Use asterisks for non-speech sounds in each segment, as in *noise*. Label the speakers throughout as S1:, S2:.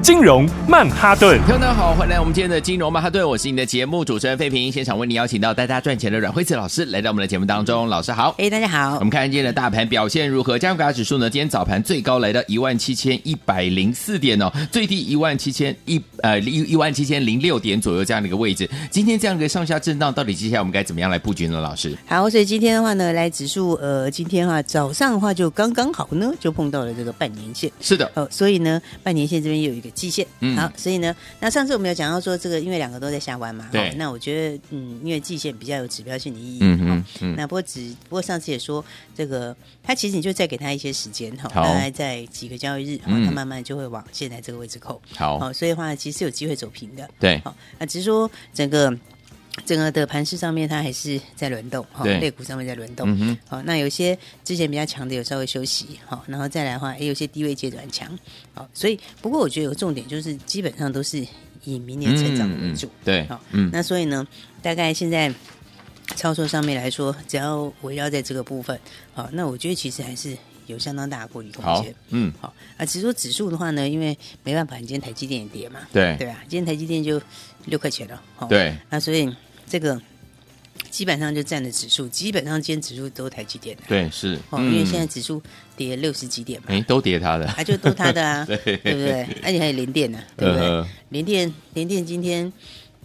S1: 金融曼哈顿。
S2: 听众大家好，欢迎来我们今天的金融曼哈顿，我是你的节目主持人费平，现场为你邀请到带大家赚钱的阮惠慈老师来到我们的节目当中，老师好。
S3: 哎、大家好
S2: 我。们看今天的大盘表现如何？加权股价指数呢？今天早盘最高来到一万七千一百零四点哦，最低一万七千一呃一一万七千零六点左右这样的一个位置。今天这样的一个上下震荡，到底接下来我们该怎么样来布局呢？老师，
S3: 好，所以今天的话呢，来指数，呃，今天的话早上的话就刚刚好呢，就碰到了这个半年线，
S2: 是的，
S3: 哦，所以呢，半年线这边又有一个季线，
S2: 嗯
S3: 好，所以呢，那上次我们有讲到说这个，因为两个都在下弯嘛，
S2: 对
S3: 哦那我觉得，嗯，因为季线比较有指标性的意义，
S2: 嗯
S3: 哦
S2: 哼，嗯，
S3: 那不过只不过上次也说，这个它其实你就再给它一些时间哈，
S2: 好
S3: 大概在几个交易日，哈
S2: 嗯
S3: 它慢慢就会往现在这个位置扣。
S2: 好，
S3: 哦，所以的话其实有机会走平的。
S2: 对，
S3: 好、那只是说整个整个的盘市上面，它还是在轮动，哈、
S2: 对
S3: 类股上面在轮动。
S2: 嗯哼，
S3: 好、那有些之前比较强的有稍微休息，好、然后再来的话，也有些低位阶转强，好、所以不过我觉得有重点就是基本上都是以明年成长为主，
S2: 嗯嗯对
S3: 好、，
S2: 嗯，
S3: 那所以呢，大概现在操作上面来说，只要围绕在这个部分，好、那我觉得其实还是有相当大的获利空
S2: 好
S3: 间。，
S2: 嗯，
S3: 好啊，只是说指数的话呢，因为没办法，你今天台积电也跌嘛，
S2: 对，
S3: 对啊，今天台积电就六块钱了，哦，
S2: 对，
S3: 那所以这个基本上就占了指数，基本上今天指数都台积电的，
S2: 对，是，嗯
S3: 哦，因为现在指数跌六十几点嘛，
S2: 哎，都跌它的，
S3: 它、就都它的啊，
S2: *laughs* 对
S3: 对不对？而且还有联电呢、对不对？
S2: 呃
S3: 联电，联电今天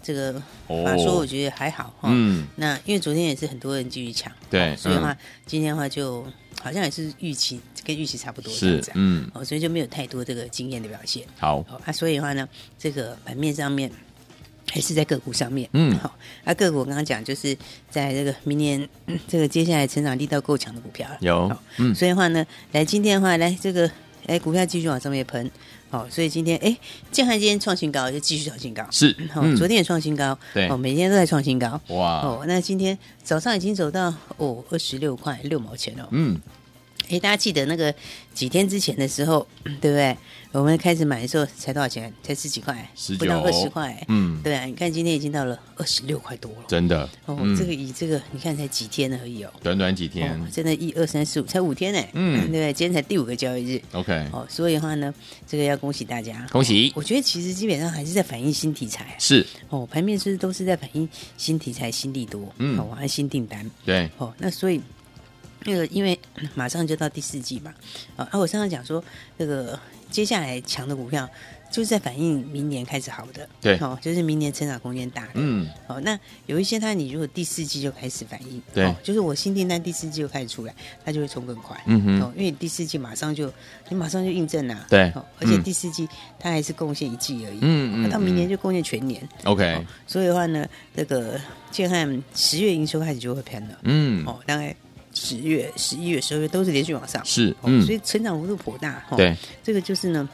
S3: 这个
S2: 哦
S3: 法说我觉得还好哈、哦
S2: 嗯，
S3: 那因为昨天也是很多人继续抢，
S2: 对，
S3: 所以的
S2: 嗯
S3: 话，今天的话就好像也是预期跟预期差不多这样
S2: 是
S3: 子，啊、
S2: 嗯，
S3: 哦，所以就没有太多这个经验的表现。
S2: 好，
S3: 好、啊，所以的话呢，这个盘面上面还是在个股上面，
S2: 嗯
S3: 好、啊，个股我刚刚讲就是在这个明年、嗯这个接下来成长力道够强的股票了，
S2: 有
S3: 好，
S2: 嗯，
S3: 所以的话呢，来今天的话，来这个哎股票继续往上面喷，好、所以今天哎建汉今天创新高就继续创新高，
S2: 是，
S3: 好、
S2: 嗯，
S3: 哦昨天也创新高，
S2: 对
S3: 哦，每天都在创新高。
S2: 哇，
S3: 哦，那今天早上已经走到哦二十六块六毛钱哦，
S2: 嗯，
S3: 哎，大家记得那个几天之前的时候， *coughs* 对不对？我们开始买的时候才多少钱？才十几块，
S2: 19
S3: 不到二十块。
S2: 嗯
S3: 对啊，你看今天已经到了二十六块多了。
S2: 真的，
S3: 哦，
S2: 嗯
S3: 这个以这个你看才几天而已哦，
S2: 短短几天
S3: 哦，真的，一二三四五，才五天呢。
S2: 嗯
S3: *coughs* 对不对？今天才第五个交易日。
S2: ，OK，
S3: 哦，所以的话呢，这个要恭喜大家。
S2: 恭喜，
S3: 我觉得其实基本上还是在反映新题材
S2: 是，
S3: 哦，盘面是不是都是在反映新题材、新利多，
S2: 嗯
S3: 好、哦，按新订单。
S2: 对，
S3: 哦，那所以那个因为马上就到第四季嘛，啊、啊，我上次讲说那个接下来强的股票就是在反映明年开始好的，
S2: 对
S3: 哦，就是明年成长空间大的，
S2: 嗯，
S3: 哦，那有一些它你如果第四季就开始反应，
S2: 对
S3: 哦，就是我新订单第四季就开始出来，它就会冲更快，
S2: 嗯哼
S3: 哦，因为第四季马上就你马上就印证啦、
S2: 对
S3: 哦，而且
S2: 嗯
S3: 第四季它还是贡献一季而已，
S2: 嗯嗯
S3: 那到明
S2: 嗯
S3: 年就贡献全年，
S2: ，OK，
S3: 哦，所以的话呢，这个建汉十月营收开始就会偏了，
S2: 嗯，
S3: 哦，大概十月、十一月、十二月都是连续往上，
S2: 是，
S3: 哦
S2: 嗯，
S3: 所以成长幅度颇大。哦、
S2: 对，
S3: 这个就是呢，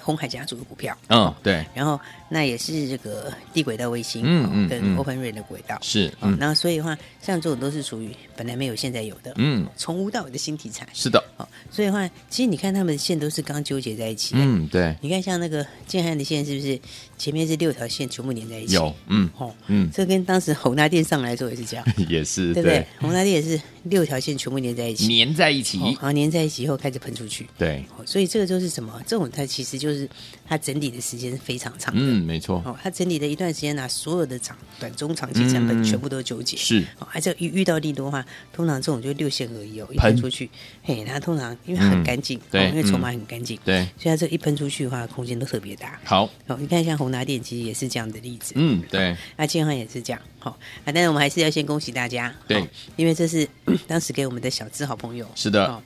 S3: 红海家族的股票，
S2: 嗯，对，
S3: 然后那也是这个低轨道卫星，
S2: 嗯
S3: 哦
S2: 嗯
S3: 跟
S2: 嗯
S3: Open r a 的轨道，
S2: 是，
S3: 哦
S2: 嗯
S3: 然后所以的话，像这种都是属于本来没有，现在有的，
S2: 嗯，
S3: 从无到有的新题材。
S2: 是的，
S3: 哦，所以的话，其实你看他们的线都是刚纠结在一起的。
S2: 嗯，对，
S3: 你看像那个建汉的线是不是前面是六条线全部连在一起？
S2: 有，嗯
S3: 哦，
S2: 嗯，
S3: 这跟当时宏达电上来的时候也是
S2: *laughs*
S3: 这样，
S2: 也是，
S3: 对不对？，宏达电也是六条线全部连在一起。
S2: 粘在一起
S3: 哦，然后粘在一起以后开始喷出去。
S2: 对，
S3: 哦所以这个就是什么？这种它其实就是它整理的时间是非常长的。
S2: 嗯，没错，
S3: 哦，它整理的一段时间呢、所有的长短中长期成本
S2: 嗯
S3: 全部都纠结。
S2: 是，
S3: 哦，还是一遇到利多的话，通常这种就六线而已哦，一
S2: 喷嗯
S3: 喷出去，嘿，它通常因为很干净，
S2: 对嗯
S3: 哦因为筹码很干净，
S2: 对
S3: 所以它这一喷出去的话，空间都特别大。
S2: 好，
S3: 哦，你看像宏达电其实也是这样的例子，
S2: 嗯，对，
S3: 那建行也是这样，好、啊，但是我们还是要先恭喜大家，
S2: 对
S3: 哦因为这是 *clears throat* 当时给我们的小资好朋友，
S2: 是的
S3: 哦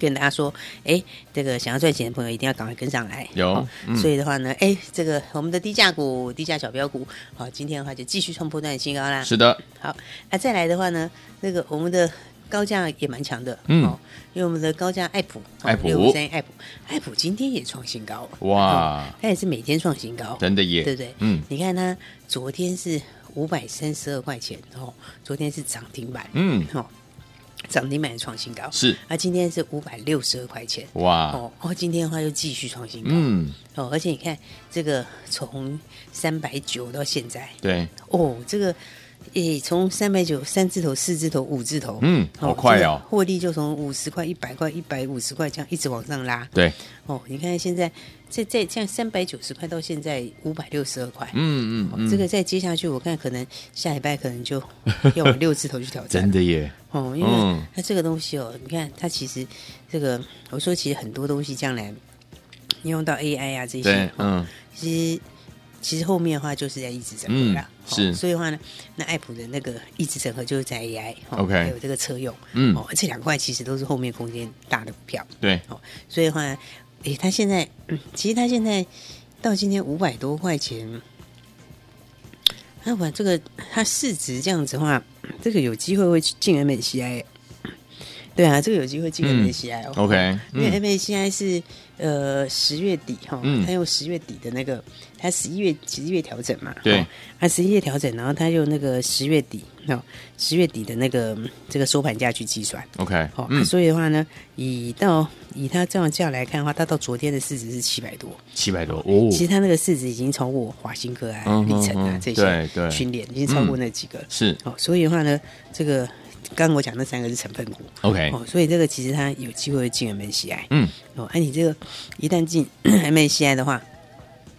S3: 跟大家说，哎，这个想要赚钱的朋友一定要赶快跟上来。
S2: 有
S3: 哦
S2: 嗯
S3: 所以的话呢，哎，这个我们的低价股、低价小标股，好、今天的话就继续创波段的新高啦。
S2: 是的，
S3: 好，那、再来的话呢，那个我们的高价也蛮强的，
S2: 嗯
S3: 哦，因为我们的高价爱普，哦
S2: 爱普
S3: 六五三爱普，爱普今天也创新高了，
S2: 哇
S3: 哦它也是每天创新高，
S2: 真的耶，
S3: 嗯对不对？
S2: 嗯，
S3: 你看它昨天是五百三十二块钱哦，昨天是涨停板，
S2: 嗯，
S3: 哦，涨停板的创新高，
S2: 是
S3: 啊，今天是五百六十二块钱，
S2: 哇，
S3: 哦哦，今天的话又继续创新高，
S2: 嗯，
S3: 哦，而且你看这个从三百九到现在，
S2: 对，
S3: 哦，这个诶，从三百九三字头、四字头、五字头，
S2: 嗯好快哦
S3: 这个获利就从五十块、一百块、一百五十块这样一直往上拉。
S2: 对，
S3: 哦，你看现在这这这样三百九十块到现在五百六十二块。
S2: 嗯嗯
S3: 哦
S2: 嗯，
S3: 这个再接下去，我看可能下礼拜可
S2: *laughs*
S3: 能就要往六字头去挑战，
S2: 真的耶，
S3: 哦，因为
S2: 嗯
S3: 它这个东西哦，你看它其实这个，我说其实很多东西将来应用到 AI 啊这些
S2: 对，，嗯，
S3: 其实其实后面的话就是在一直整合啦，
S2: 嗯是
S3: 哦所以的话呢，那爱普的那个一直整合就是在 AI，、哦、
S2: OK
S3: 还有这个车用，
S2: 嗯
S3: 哦，这两块其实都是后面空间大的股票，
S2: 对，
S3: 哦，所以的话呢，诶，它现在、嗯其实它现在到今天五百多块钱，它把这个它市值这样子的话，这个有机会会进 MSCI，对啊，这个有机会进
S2: 嗯
S3: MSCI 哦、
S2: ，OK，
S3: 因为
S2: 嗯，
S3: MACI 是呃十月底哈，
S2: 嗯
S3: 它用十月底的那个，它十一月十一月调整嘛，
S2: 对
S3: 哦，它十一月调整，然后它用那个十月底哦，十月底的那个嗯这个收盘价去计算，
S2: ，OK，
S3: 哦，啊
S2: 嗯，
S3: 所以的话呢，以到以它这样价来看的话，它到昨天的市值是七百多，
S2: 七百多哦，
S3: 其实它那个市值已经超过华兴科啊
S2: 嗯、
S3: 历程啊
S2: 嗯
S3: 这
S2: 对对嗯
S3: 些群联，已经超过那几个，
S2: 是
S3: 哦，所以的话呢，这个刚刚我讲那三个是成分股，
S2: OK，
S3: 哦，所以这个其实它有机会进 MACI。
S2: 哎嗯，
S3: 哦，哎、你这个一旦进 *coughs* MACI 的话，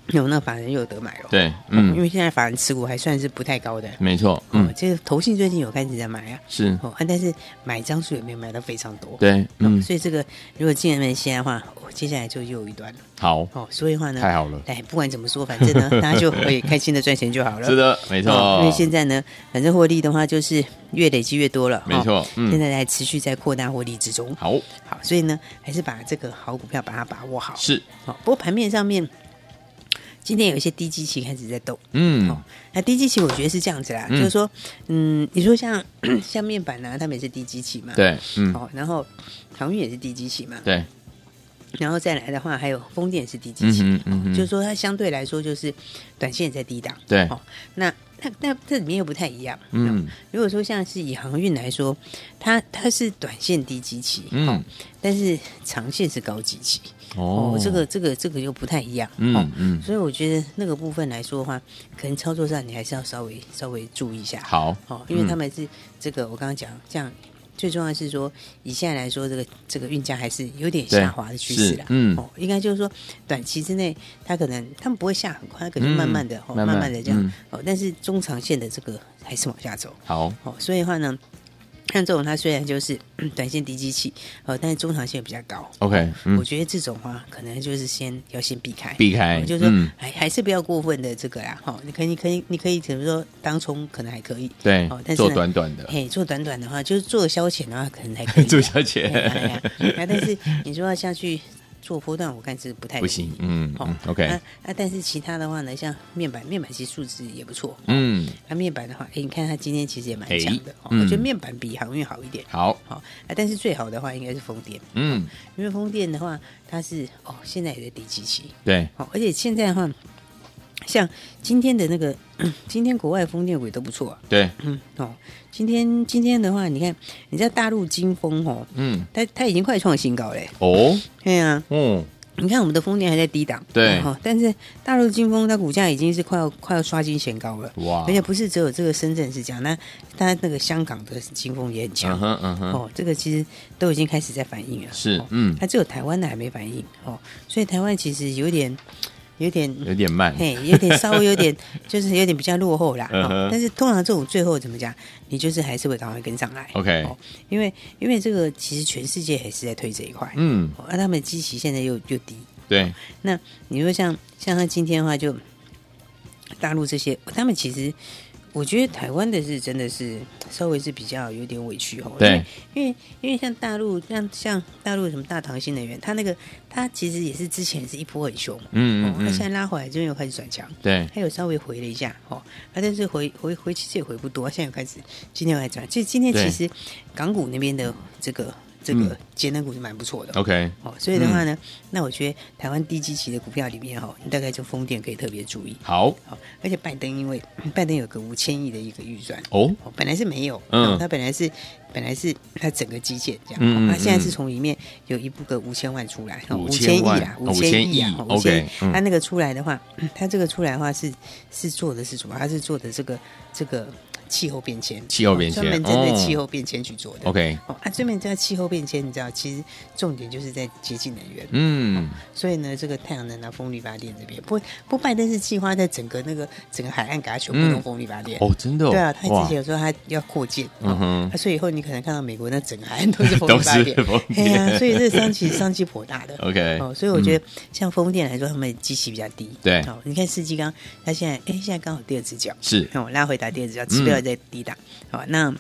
S3: 有那法人又有得买了。
S2: 对，
S3: 嗯，因
S2: 嗯，
S3: 为现在法人持股还算是不太高的。
S2: 没错，
S3: 嗯，
S2: 嗯，
S3: 这个投信最近有开始在买啊。
S2: 是，
S3: 哦，啊但是买张数也没有买到非常多。
S2: 对，
S3: 哦，
S2: 嗯，
S3: 所以这个如果进 MACI 的话，哦，接下来就又有一段了。
S2: 好，
S3: 哦，所以的话呢，
S2: 太好了
S3: 哎，不管怎么说，反正
S2: *laughs*
S3: 呢，大家就可以开心的赚钱就好了。
S2: 是。啊的，没
S3: 哦
S2: 错，，
S3: 因为现在呢，反正获利的话就是越累积越多了，
S2: 没错
S3: 哦
S2: 嗯
S3: 现在在持续在扩大获利之中。
S2: 好
S3: 好，所以呢，还是把这个好股票把它把握好。
S2: 是，
S3: 好、不过盘面上面，今天有一些低基期开始在动。
S2: 嗯，
S3: 那低基期我觉得是这样子啦，
S2: 嗯
S3: 就是说，嗯，你说像 *coughs* 像面板啊，他们也是低基期嘛，，
S2: 对，嗯，
S3: 哦，然后航运也是低基期嘛，
S2: 对，
S3: 然后再来的话，还有风电也是低基
S2: 嗯
S3: 期，
S2: 哼嗯哼，
S3: 就是说它相对来说就是短线也在低档，
S2: 对
S3: 哦，那那那这里面又不太一样，哦
S2: 嗯
S3: 如果说像是以航运来说，它它是短线低基期，
S2: 嗯，
S3: 但是长线是高基期，
S2: 哦
S3: 哦，，这个这个这个又不太一样，哦
S2: 嗯嗯，
S3: 所以我觉得那个部分来说的话，可能操作上你还是要稍微稍微注意一下。，
S2: 好，
S3: 哦，因为
S2: 嗯
S3: 他们是这个，我刚刚讲这样，最重要的是说，以现在来说，这个这个运价还是有点
S2: 对
S3: 下滑的趋势
S2: 是
S3: 啦。
S2: 嗯
S3: 哦，应该就是说，短期之内它可能他们不会下很快，它可能慢慢的、
S2: 嗯
S3: 哦，
S2: 慢慢
S3: 慢的这样、
S2: 嗯
S3: 哦，但是中长线的这个还是往下走。
S2: 好，
S3: 哦，所以的话呢。像这种，它虽然就是 *clears throat* 嗯短线低基期，哦，但是中长线比较高。
S2: OK，
S3: 我
S2: 嗯，
S3: 觉得这种话可能就是先要先避开，
S2: 避开
S3: 哦就是说
S2: 嗯
S3: 还还是不要过分的这个啦，哈，你可以，你可以，你可以，比如说当冲可能还可以，
S2: 对
S3: 哦，但，是呢
S2: 做短短的，
S3: 嘿，做短短的话，就是做消遣的话，可能还可以啦，
S2: *laughs* 做消遣
S3: 嘿哎呀啊，但是你说要下去做波段，我看是不太
S2: 不
S3: 容易
S2: 行，嗯
S3: 哦
S2: 嗯，OK，
S3: 啊啊，但是其他的话呢，像面板，面板其实数字也不错，
S2: 嗯，
S3: 啊，面板的话，哎，你看它今天其实也蛮
S2: 哎
S3: 强的，哦
S2: 嗯
S3: 我觉得面板比航运好一点，
S2: 好，
S3: 好，啊，但是最好的话应该是风电，
S2: 嗯，
S3: 因为风电的话，它是哦，现在也在低基期，
S2: 对，
S3: 哦，而且现在的话，像今天的那个， *clears throat* 今天国外风电股也都不错啊。
S2: 对，
S3: 嗯，哦，今天今天的话，你看，你知道大陆金风哦，
S2: 嗯，
S3: 它它已经快创新高嘞。
S2: 哦，
S3: 对啊，
S2: 嗯，
S3: 你看我们的风电还在低档，
S2: 对
S3: 哦，但是大陆金风它股价已经是快要快要刷新前高了。
S2: 哇
S3: 而且不是只有这个深圳是这样，那它那个香港的金风也很
S2: 嗯
S3: 强。
S2: 哼嗯哼，
S3: 哦，这个其实都已经开始在反应了。
S2: 是
S3: 哦，
S2: 嗯
S3: 它、，只有台湾的还没反应哦，所以台湾其实有点有点
S2: 有点慢，
S3: 嘿，有点稍微有点， *laughs* 就是有点比较落后啦。
S2: 嗯哼
S3: 哦但是通常这种最后怎么讲，你就是还是会赶快跟上来。
S2: OK
S3: 哦因为因为这个其实全世界还是在推这一块，
S2: 嗯，
S3: 哦，而、他们的基期现在又又低。
S2: 对，
S3: 那你说像像他今天的话就，大陆这些，他们其实我觉得台湾的是真的是稍微是比较有点委屈哦。
S2: 对
S3: 因为，因为因为像大陆像像大陆什么大唐新能源，它那个它其实也是之前是一波很凶，
S2: 嗯
S3: 哦
S2: 嗯，
S3: 它现在
S2: 嗯，
S3: 拉回来这边又开始转强。
S2: 对，
S3: 它有稍微回了一下哦，啊，但是回回回其实也回不多，现在又开始今天又开始转，其实今天
S2: 对嗯
S3: 其实港股那边的这个这个节能股是蛮不错的。
S2: OK，
S3: 哦，所以的话呢，
S2: 嗯
S3: 那我觉得台湾低基期的股票里面哈、哦，你大概就风电可以特别注意。
S2: 好
S3: 好，而且拜登因为拜登有个五千亿的一个预算，
S2: 哦，
S3: 哦，本来是没有，
S2: 嗯
S3: 嗯，他本来是本来是他整个基建这样，
S2: 嗯嗯
S3: 他、现在
S2: 嗯
S3: 是从里面有一部个五千万出来，哦
S2: 5000
S3: 5000亿啦，
S2: 万哦
S3: 千亿啊
S2: 5000，
S3: 五千
S2: ，OK，
S3: 亿，
S2: 嗯
S3: 他那个出来的话，他这个出来的话是是做的是什么？他是做的这个这个气候变迁，
S2: 气候变
S3: 专
S2: 迁
S3: 门针对
S2: 哦
S3: 气候变迁去做的。
S2: ，OK，
S3: 哦，啊，专门在气候变迁，你知道，其实重点就是在洁净能源，
S2: 嗯，
S3: 所以呢，这个太阳能啊、风力发电这边，不不，拜登是计划在整个那个整个海岸给它全部
S2: 嗯
S3: 用风力发电。
S2: 哦，真的、哦，
S3: 对啊，他之
S2: 哇
S3: 前有说他要扩建，哦
S2: 嗯哼
S3: 啊所以以后你可能看到美国那整个海岸
S2: *laughs*
S3: 都是风
S2: 都
S3: 力
S2: 是
S3: 发电，
S2: 风
S3: 哎
S2: 电
S3: 呀，所以这商机商机颇大的。
S2: *laughs* ，OK，嗯
S3: 哦，所以我觉得像风电来说，他们基期比较低。
S2: 对
S3: 哦，你看世纪刚，他现在哎，现在刚好第二只脚，
S2: 是嗯
S3: 那我拉回答第二只脚，指标在低档。好，那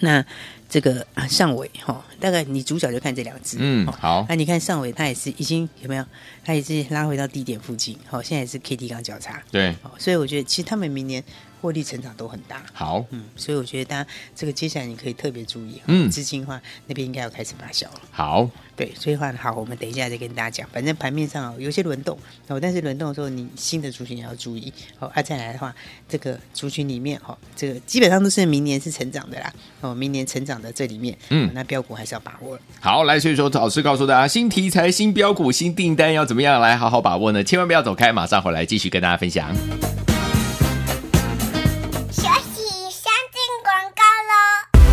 S3: 那这个啊上尾哈、哦，大概你主角就看这两只，
S2: 嗯
S3: 哦
S2: 好
S3: 那、你看上尾，它也是已经有没有？它也是拉回到低点附近，好、现在也是 K D 刚交叉，
S2: 对，
S3: 哦，所以我觉得其实他们明年获利成长都很大。
S2: 好，
S3: 嗯，所以我觉得大家这个接下来你可以特别注意，
S2: 嗯
S3: 嗯，资金的话那边应该要开始发酵了，
S2: 好，
S3: 对，所以的话好，我们等一下再跟大家讲，反正盘面上哦有些轮动哦，但是轮动的时候你新的族群也要注意哦，啊再来的话，这个族群里面哦，这个基本上都是明年是成长的啦，哦，明年成长的这里面，
S2: 嗯
S3: 哦那标股还是要把握了。
S2: 好，来，所以说老师告诉大家，新题材、新标股、新订单要怎么样来好好把握呢？千万不要走开，马上回来继续跟大家分享。
S4: 学习先进广告喽。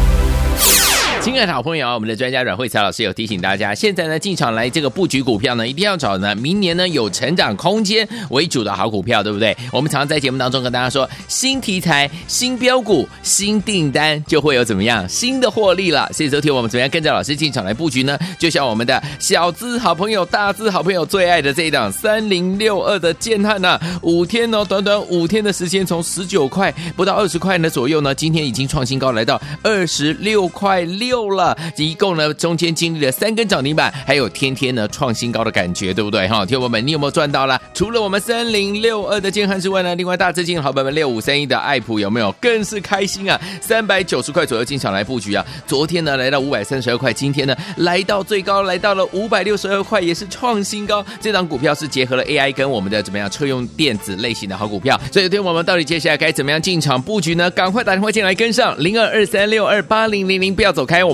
S2: 亲爱的好朋友，我们的专家阮慧慈老师有提醒大家，现在呢进场来这个布局股票呢，一定要找呢明年呢有成长空间为主的好股票，对不对？我们常常在节目当中跟大家说，新题材、新标股、新订单就会有怎么样新的获利了。所以昨天我们怎么样跟着老师进场来布局呢？就像我们的小资好朋友、大资好朋友最爱的这一档三零六二的建汉呐、五天哦，短短五天的时间，从十九块不到二十块呢左右呢，今天已经创新高，来到二十六块六了。一共呢，中间经历了三根涨停板，还有天天呢创新高的感觉，对不对哈？听友们，你有没有赚到啦？除了我们三零六二的建汉之外呢，另外大资金的好朋友们六五三一的爱普有没有更是开心啊？三百九十块左右进场来布局啊，昨天呢来到五百三十二块，今天呢来到最高来到了五百六十二块，也是创新高。这档股票是结合了 AI 跟我们的怎么样车用电子类型的好股票，所以对我们到底接下来该怎么样进场布局呢？赶快打电话进来跟上零二二三六二八零零零，不要走开，我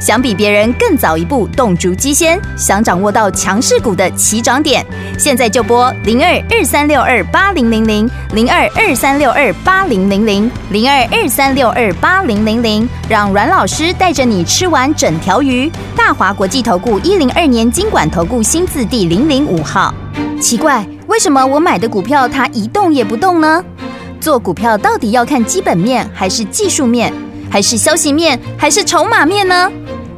S5: 想比别人更早一步动足机先，想掌握到强势股的起涨点，现在就拨零二二三六二八零零零零二二三六二八零零零零二二三六二八零零零，让阮老师带着你吃完整条鱼。大华国际投顾一零二年经管投顾新字第零零五号。奇怪，为什么我买的股票它一动也不动呢？做股票到底要看基本面，还是技术面，还是消息面，还是筹码面呢？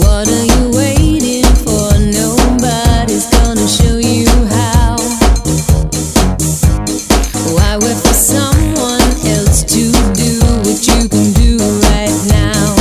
S6: What are you waiting for? Nobody's gonna show you how. Why wait for someone else to do what you can do right now?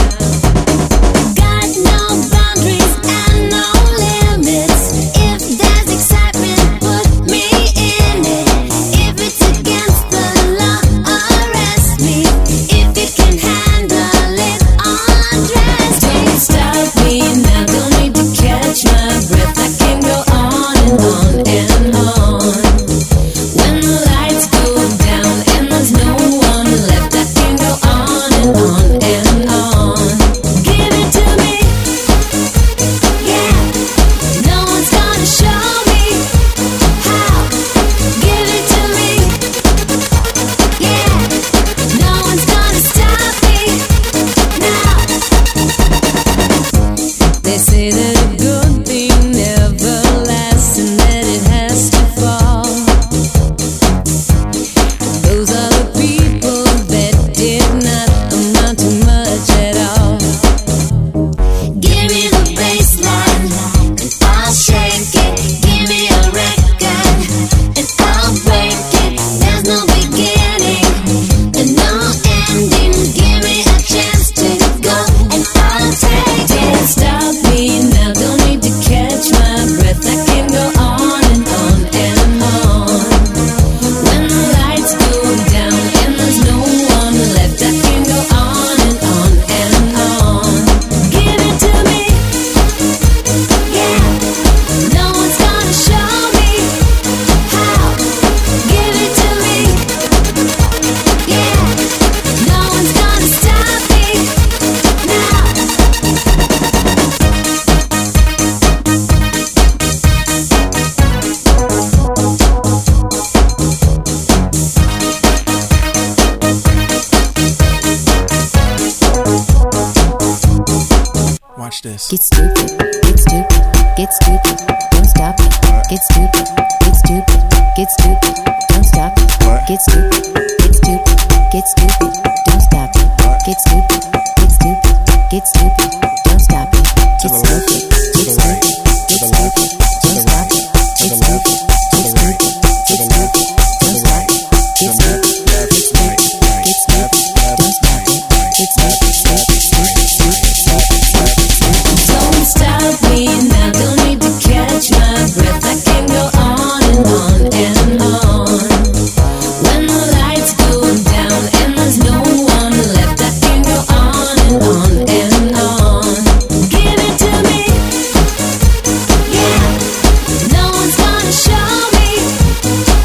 S7: Watch this.
S6: Get stupid, get stupid, get stupid, don't stop it. Get stupid, get stupid, get stupid, don't stop it. Get stupid, get stupid, get stupid, don't stop it. Get stupid, get stupid, get stupid, don't stop it. Get stupid, get stupid, get stupid, don't stop it. Get stupid, get stupid, get stupid, don't stop it. Get stupid, get stupid, get stupid, don't stop it. Get stupid, stupid, stupid, stupid, stupid, stupid. Don't stop me now, don't need to catch my breath. I can go on and on and on. When the lights go down and there's no one left, I can go on and on and on. Give it to me, yeah. No one's gonna show me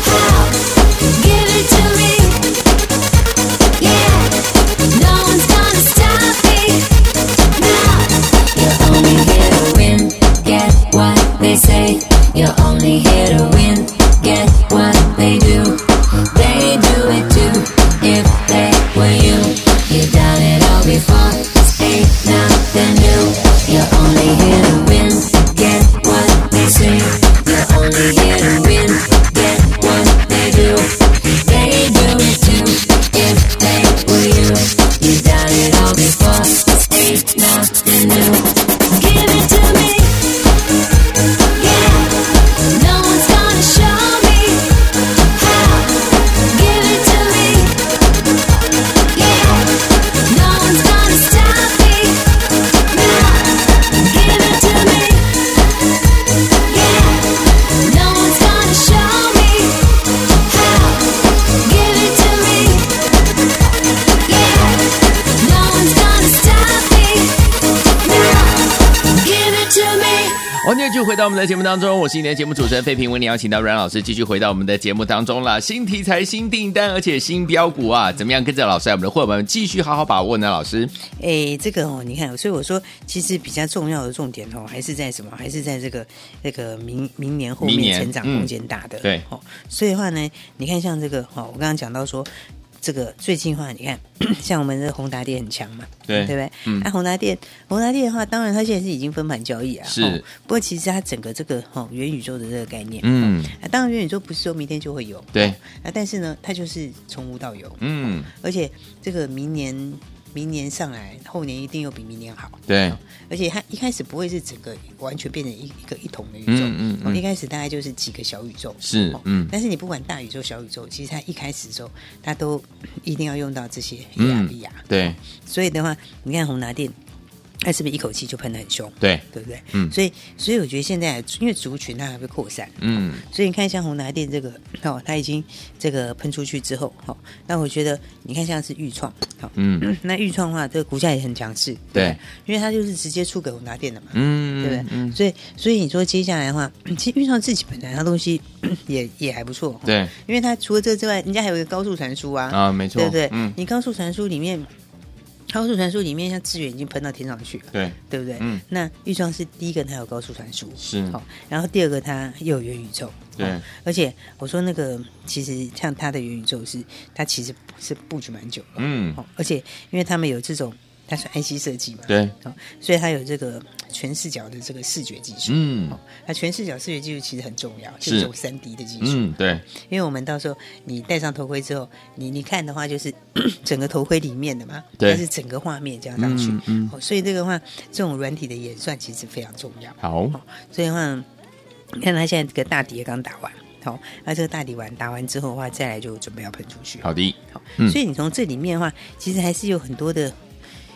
S6: how. Give it to me, yeah. No one's gonna stop me. You're only here to win, get what they say. You're only here to win, get what they do. They do it too, if they were you. You've done it all before, this ain't nothing new. You're only here to win, get what they say. You're only here to win, get what they do. They do it too, if they were you. You've done it all before, this ain't nothing new. Give it to me, yeah. No one's gonna show me how. Give it to me, yeah. No one's gonna stop me now. Give it to me, yeah. No one's gonna show me how. Give it to me, yeah. No one's gonna stop me now. Give it to me.
S2: 欢迎继续回到我们的节目当中，我是今天的节目主持人费平，为你邀请到阮老师继续回到我们的节目当中了。新题材、新订单，而且新标股啊，怎么样跟着老师，我们的伙伴们继续好好把握呢？老师，
S3: 哎，这个哦，你看，所以我说，其实比较重要的重点哦，还是在什么？还是在这个那个明明年后
S2: 明
S3: 面
S2: 年
S3: 成长
S2: 嗯
S3: 空间大的。
S2: 对
S3: 哦，所以的话呢，你看像这个哦，我刚刚讲到说，这个最近的话，你看 *coughs* 像我们的宏达电很强嘛，
S2: 对
S3: 对不对？
S2: 嗯
S3: 那、宏达电，宏达电的话，当然它现在是已经分盘交易啊。
S2: 是
S3: 哦不过其实它整个这个哦元宇宙的这个概念，哦，
S2: 嗯，
S3: 那、当然元宇宙不是说明天就会有，
S2: 对，
S3: 那、但是呢，它就是从无到有，
S2: 嗯，
S3: 而且这个明年明年上来，后年一定又比明年好。
S2: 对，
S3: 而且它一开始不会是整个完全变成一一个一统的宇宙，
S2: 嗯嗯嗯
S3: 哦一开始大概就是几个小宇宙，
S2: 是
S3: 哦
S2: 嗯
S3: 但是你不管大宇宙、小宇宙，其实它一开始的时候，它都一定要用到这些 AR、
S2: 嗯
S3: VR，、，
S2: 对，
S3: 啊所以的话，你看宏达电，它是不是一口气就喷得很凶？
S2: 对，
S3: 对不对？
S2: 嗯
S3: 所以所以我觉得现在因为族群它还会扩散，
S2: 嗯，
S3: 所以你看，像宏达电这个哦，它已经这个喷出去之后，哦，那我觉得你看像是豫创，哦好、
S2: 嗯，
S3: 那豫创的话，这个股价也很强势，
S2: 对
S3: 不，因为它就是直接出给宏达电的嘛，
S2: 嗯，
S3: 对不对？所以所以你说接下来的话，其实豫创自己本来它东西 *coughs* 也也还不错，，
S2: 对，
S3: 因为它除了这之外，人家还有一个高速传输啊，
S2: 啊，没错，
S3: 对不对？
S2: 嗯，
S3: 你高速传输里面。高速传输里面，像智远已经喷到天上去了，
S2: 对，
S3: 对不对？
S2: 嗯
S3: 那豫创是第一个，它有高速传输，
S2: 是
S3: 好、然后第二个它又有元宇宙，
S2: 对
S3: 哦而且我说那个其实像它的元宇宙是，它其实是布局蛮久的，
S2: 嗯，
S3: 哦，而且因为他们有这种，它是 IC 设计嘛，，
S2: 对，
S3: 哦，所以它有这个全视角的这个视觉技术，
S2: 嗯
S3: 哦，那全视角视觉技术其实很重要，就是是这种三 D 的技术，
S2: 嗯，对，
S3: 因为我们到时候你戴上头盔之后，你你看的话就是 *coughs* 整个头盔里面的嘛，
S2: 对
S3: 它是整个画面这样上去，
S2: 嗯嗯
S3: 哦，所以这个话，这种软体的演算其实非常重要。
S2: 好，
S3: 所以的话，你看它现在这个大底也刚打完，好、那这个大底完打完之后的话，再来就准备要喷出去。
S2: 好的，
S3: 好
S2: 嗯
S3: 所以你从这里面的话，其实还是有很多的，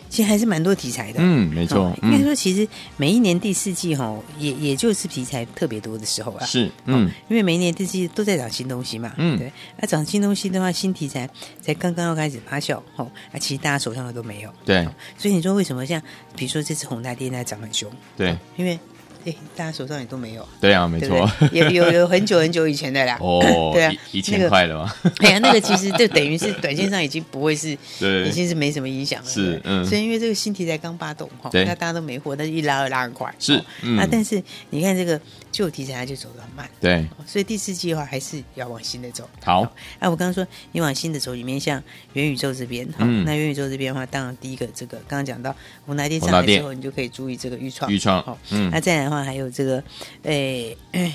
S3: 其实还是蛮多题材的。
S2: 嗯，没
S3: 没
S2: 错，
S3: 应该
S2: 嗯，
S3: 说，其实每一年第四季哈、哦，也也就是题材特别多的时候啊。
S2: 是，
S3: 嗯
S2: 嗯，，
S3: 因为每一年第四季都在找新东西嘛，
S2: 嗯
S3: 对。那、找新东西的话，新题材才刚刚要开始发酵，吼、啊，其实大家手上的都没有，
S2: 对，
S3: 所以你说为什么像比如说这次宏大电它啊涨很凶，
S2: 对，
S3: 因为哎，大家手上也都没有啊，
S2: 对啊，没
S3: 对
S2: 错
S3: 不，对？有有有很久很久以前的啦，，
S2: 哦
S3: *laughs* 对啊，
S2: 一一千块了吗？ *laughs*
S3: 那个，哎呀，那个其实就等于是短线上已经不会是，
S2: 对
S3: 已经是没什么影响了，
S2: 是
S3: 对不对
S2: 嗯
S3: 所以因为这个新题材刚发动哈，
S2: 对
S3: 那大家都没货，但是一拉二拉很快，
S2: 是
S3: 哦
S2: 嗯
S3: 那但是你看这个旧题材它就走得很慢，
S2: 对，
S3: 哦所以第四季的话还是要往新的走。
S2: 好，
S3: 啊，我刚刚说你往新的走里面，像元宇宙这边，好
S2: 嗯
S3: 那元宇宙这边的话，当然第一个这个刚刚讲到，我哪天
S2: 宏
S3: 上
S2: 达
S3: 来之
S2: 电
S3: 后，你就可以注意这个预创，
S2: 预创
S3: 好，哎
S2: 嗯
S3: 那再来的话还有这个，诶、哎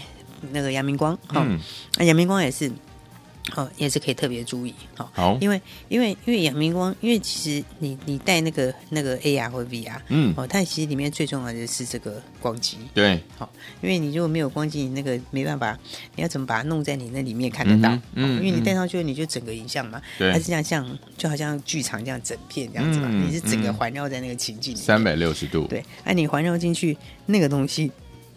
S3: 那个阳明光，好、
S2: 嗯
S3: 那阳明光也是，哦，也是可以特别注意，好、
S2: 好
S3: 因为因为因为阳明光，因为其实你你带那个那个 AR 或 VR，
S2: 嗯，
S3: 哦，它其实里面最重要的是这个光机，
S2: 对，
S3: 好、因为你如果没有光机，你那个没办法，你要怎么把它弄在你那里面看得到？
S2: 嗯哼嗯
S3: 哦因为
S2: 嗯
S3: 你戴上去，你就整个影像嘛，
S2: 对
S3: 它是这样像就好像剧场这样整片这样子嘛，
S2: 嗯
S3: 你是整个
S2: 嗯
S3: 环绕在那个情境里面。
S2: 三百六十度，
S3: 对，那、你环绕进去那个东西，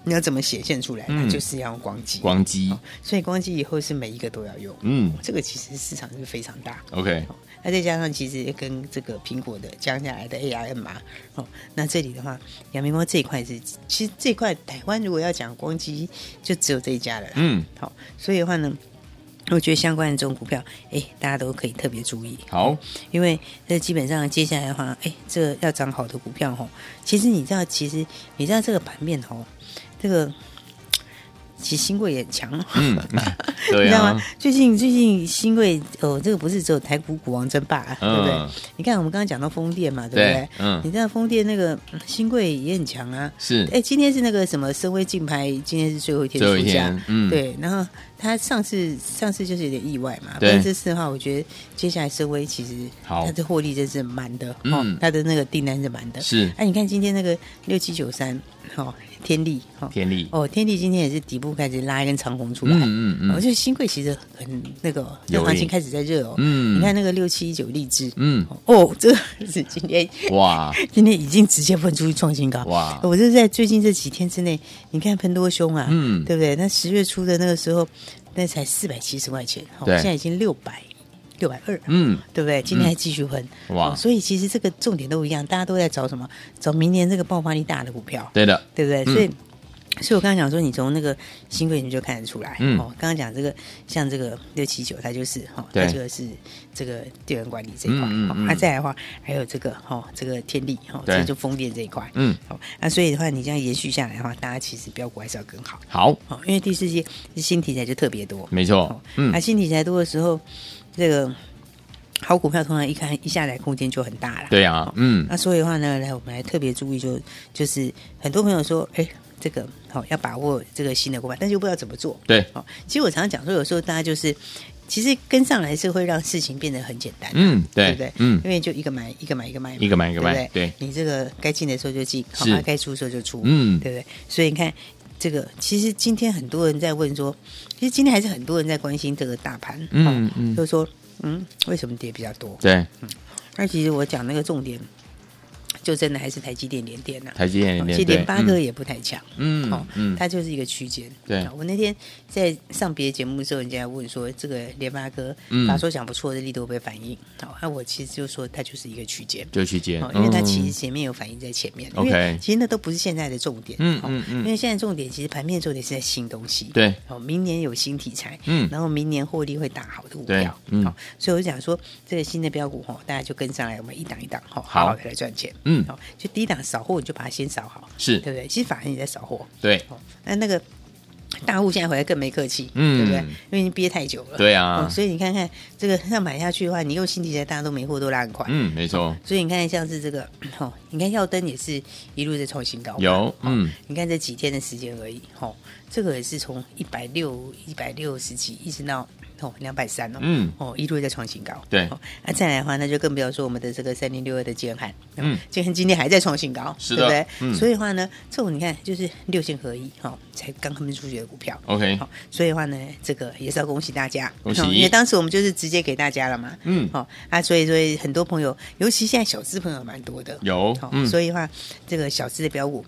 S3: 你要怎么显现出来？
S2: 嗯
S3: 那就是要用光机。
S2: 光机
S3: 哦，所以光机以后是每一个都要用。
S2: 嗯
S3: 这个其实市场是非常大。
S2: ，OK，
S3: 哦那再加上其实也跟这个苹果的降下来的 ARM 啊，哦，那这里的话，阳明光这一块是，其实这一块台湾如果要讲光机，就只有这一家了啦。
S2: 嗯，
S3: 好、所以的话呢，我觉得相关的这种股票，哎，大家都可以特别注意， *laughs*
S2: 好，
S3: 因为这基本上接下来的话，哎，这个要涨好的股票哦，其实你知道，其实你知道这个盘面哦，这个其实新贵也很强哦。
S2: 嗯，对
S3: 你知道
S2: 啊
S3: 吗，？最近最近新贵哦，这个不是只有台股股王争霸、啊，对不
S2: 嗯
S3: 对？你看我们刚刚讲到风电嘛，对不对？
S2: 对，嗯，
S3: 你知道风电那个嗯新贵也很强啊。
S2: 是
S3: 哎，今天是那个什么深威竞拍，今天是最后一天
S2: 最后一
S3: 暑
S2: 天
S3: 假，，
S2: 嗯，，
S3: 对。然后他上次上次就是有点意外嘛，
S2: 对
S3: 但这次的话，我觉得接下来深威其实
S2: 好
S3: 它的获利真是蛮的，
S2: 嗯
S3: 哦，它的那个订单是蛮的。
S2: 是
S3: 哎、你看今天那个六七九三，哦，天利，哦，
S2: 天力，
S3: 哦，天利今天也是底部开始拉一根长红出来，
S2: 嗯嗯
S3: 我
S2: 嗯
S3: 觉得新贵其实很那个哦，这
S2: 有
S3: 行
S2: 力
S3: 情开始在热哦。
S2: 嗯
S3: 你看那个六七一九励志，
S2: 嗯，
S3: 哦，这个是今天
S2: 哇
S3: 今天已经直接喷出去创新高。哦
S2: 哇，
S3: 我就是在最近这几天之内，你看喷多凶啊，
S2: 嗯
S3: 对不对？那十月初的那个时候，那才四百七十块钱，哦，
S2: 对
S3: 现在已经六百六百二，
S2: 嗯，
S3: 对不对？今天还继续喷，
S2: 哇
S3: 哦所以其实这个重点都一样，大家都在找什么？找明年这个爆发力大的股票。
S2: 对的，
S3: 对不对？
S2: 嗯
S3: 所以，所以我刚刚讲说，你从那个新贵你就看得出来。
S2: 嗯
S3: 哦，刚刚讲这个像这个六七九，它就是哈，哦
S2: 对
S3: 它这个是这个电源管理这一块。
S2: 嗯嗯
S3: 哦
S2: 嗯
S3: 那再来的话，还有这个哈，哦这个天力哈，哦
S2: 对
S3: 这就风电这一块。
S2: 嗯，
S3: 好，那所以的话，你这样延续下来的话，大家其实标股还是要更好。
S2: 好，
S3: 哦，因为第四季新题材就特别多。
S2: 没
S3: 哦
S2: 错，，嗯
S3: 那、，新题材多的时候，这个好股票通常一看一下来空间就很大了。
S2: 对啊，嗯，
S3: 那所以的话呢，来我们来特别注意就，就是很多朋友说，哎，这个好、要把握这个新的股票，但是又不知道怎么做。
S2: 对，
S3: 好、其实我常常讲说，有时候大家就是其实跟上来是会让事情变得很简单，
S2: 嗯，
S3: 对
S2: 对
S3: 不对？
S2: 嗯，
S3: 因为就一个买一个买一个卖嘛，
S2: 一个买一个卖
S3: 对不对？
S2: 对
S3: 你这个该进的时候就进，好、
S2: 是
S3: 啊该出的时候就出，
S2: 嗯
S3: 对不对？所以你看。这个其实今天很多人在问说，其实今天还是很多人在关心这个大盘，
S2: 嗯
S3: 哦
S2: 嗯
S3: 就是说，嗯，为什么跌比较多？
S2: 对，
S3: 那其实我讲那个重点，就真的还是台积电连电呐、
S2: 台积电
S3: 哦
S2: 连
S3: 其实
S2: 对
S3: 连八哥也不太强，
S2: 嗯
S3: 哦，
S2: 嗯，
S3: 它就是一个区间。
S2: 对
S3: 哦我那天在上别的节目的时候，人家问说这个联发哥
S2: 嗯，
S3: 法说讲不错的力度被反应，好，那我其实就说它就是一个区间。
S2: 就区间嗯
S3: 哦，，因为它其实前面有反应在前面，因
S2: OK
S3: 为其实那都不是现在的重点，
S2: 嗯
S3: 哦
S2: 嗯嗯
S3: 因为现在重点其实盘面重点是在新东西，
S2: 对，
S3: 哦，明年有新题材，
S2: 嗯
S3: 然后明年获利会大好的股
S2: 对
S3: 票，
S2: 嗯
S3: 好、所以我就讲说这个新的标股哈、哦，大家就跟上来，我们一档一档哈、哦，
S2: 好
S3: 好好的来赚钱，
S2: 嗯
S3: 好、就第一档扫货你就把它先扫好，
S2: 是
S3: 对不对？其实法人也在扫货，
S2: 对，
S3: 哦，那那个大户现在回来更没客气，
S2: 嗯
S3: 对不对？因为你憋太久了，
S2: 对啊
S3: 哦所以你看看这个要买下去的话，你用新题材，大家都没货，都拉很快，
S2: 嗯，没错，
S3: 所以你看，像是这个， *clears throat* 哦，你看耀登也是一路在创新高嘛，
S2: 有
S3: 哦
S2: 嗯，
S3: 你看这几天的时间而已，哦，这个也是从一百六、一百六十几一直到哦两百三哦，
S2: 嗯
S3: 哦，一路在创新高，
S2: 对
S3: 哦那、再来的话，那就更不要说我们的这个三零六二的建汉， *laughs*
S2: 嗯
S3: 嗯，建汉今天还在创新高，
S2: 是
S3: 对不
S2: 的
S3: 对？
S2: 嗯
S3: 所以的话呢，这种你看就是六线合一，哦，才刚喷出去的股票，
S2: OK，
S3: 好，所以的话呢，这个也是要恭喜大家，
S2: 恭喜
S3: 哦因为当时我们就是直接给大家了嘛，
S2: 嗯
S3: 好、啊，所以所以很多朋友，尤其现在小资朋友蛮多的，
S2: 有
S3: 好、
S2: 嗯
S3: 所以的话，这个小资的标股，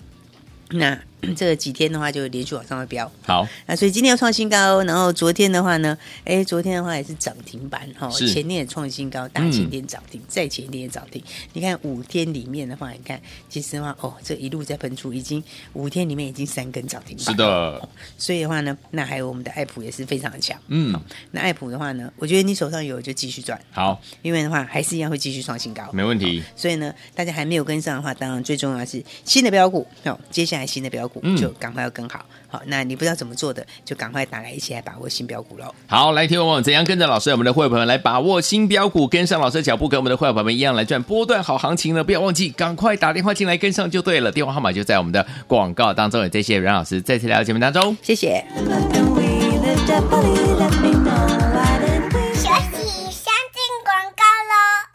S3: 那 *clears throat* 这几天的话就连续往上的标，
S2: 好，
S3: 啊，所以今天又创新高，然后昨天的话呢，哎，昨天的话也是涨停板哈，
S2: 是
S3: 前天也创新高，大前天涨停，再前天也涨停。你看五天里面的话，你看其实的话，哦，这一路在喷出，已经五天里面已经三根涨停板。哦
S2: 是，的，
S3: 所以的话呢，那还有我们的爱普也是非常的强。哦
S2: 嗯，
S3: 那爱普的话呢，我觉得你手上有就继续赚，
S2: 好，
S3: 因为的话还是一样会继续创新高。
S2: 没问题，
S3: 所以呢，大家还没有跟上的话，当然最重要的是新的标股，哦，接下来新的标标股，
S2: 嗯
S3: 就赶快要跟好。好，那你不知道怎么做的，就赶快打来一起来把握新标股喽。
S2: 好，来，听众朋友们，怎样跟着老师，我们的会员朋友们来把握新标股，跟上老师的脚步，跟我们的会员朋友们一样来赚波段好行情呢？不要忘记，赶快打电话进来跟上就对了，电话号码就在我们的广告当中。也谢谢阮老师再次来到节目当中。
S3: 谢谢。
S4: 休息一下进广告喽。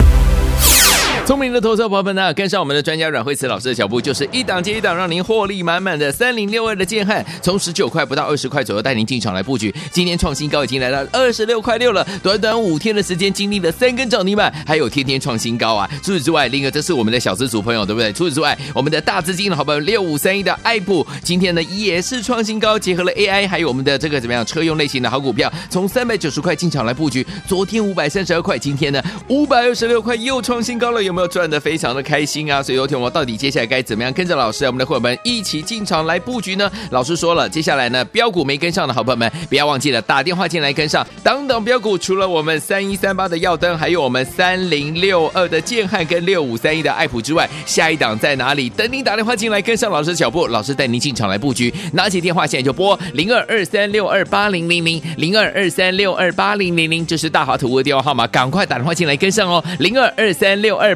S2: 聪明的投资者朋友们呢，跟上我们的专家阮慧慈老师的脚步，就是一档接一档，让您获利满满的三零六二的建汉，从十九块不到二十块左右带您进场来布局，今天创新高已经来到二十六块六了，短短五天的时间经历了三根涨停板，还有天天创新高啊！除此之外，另一个这是我们的小资族朋友，对不对？除此之外，我们的大资金的好朋友六五三一的爱普，今天呢也是创啊新高，结合了 AI 还有我们的这个怎么样车用类型的好股票，从三百九十块进场来布局，昨天五百三十二块，今天呢五百二十六块又创新高了，有没有赚的非常的开心啊？所以有天我到底接下来该怎么样跟着老师，我们的伙伴们一起进场来布局呢？老师说了，接下来呢标股没跟上的好朋友们，不要忘记了打电话进来跟上。等等标股除了我们三一三八的耀灯，还有我们三零六二的建汉跟六五三一的爱普之外，下一档在哪里？等您打电话进来跟上老师的脚步，老师带您进场来布局。拿起电话现在就拨零二二三六二八零零零零二二三六二八零零零，这是大华图的电话号码，赶快打电话进来跟上哦，零二二三六二